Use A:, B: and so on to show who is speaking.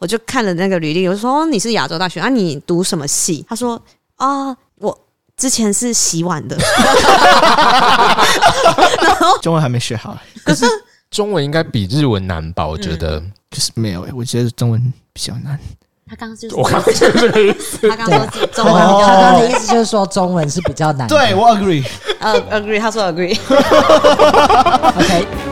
A: 我就看了那个履历，我就说、哦、你是亚洲大学啊，你读什么系？他说啊、我之前是洗碗的，
B: 中文还没学好，
C: 中文应该比日文难吧？我觉得，
B: 就是没有、欸。我觉得中文比较难。
A: 他刚刚就是
C: 我刚刚就是这个意思。
A: 他刚刚说中
D: 他
A: 文
D: 刚
A: 比较
D: 他刚刚的意思就是说中文是比较难的。
B: 我 agree。
A: 呃 agree，他说 agree。
D: ，OK。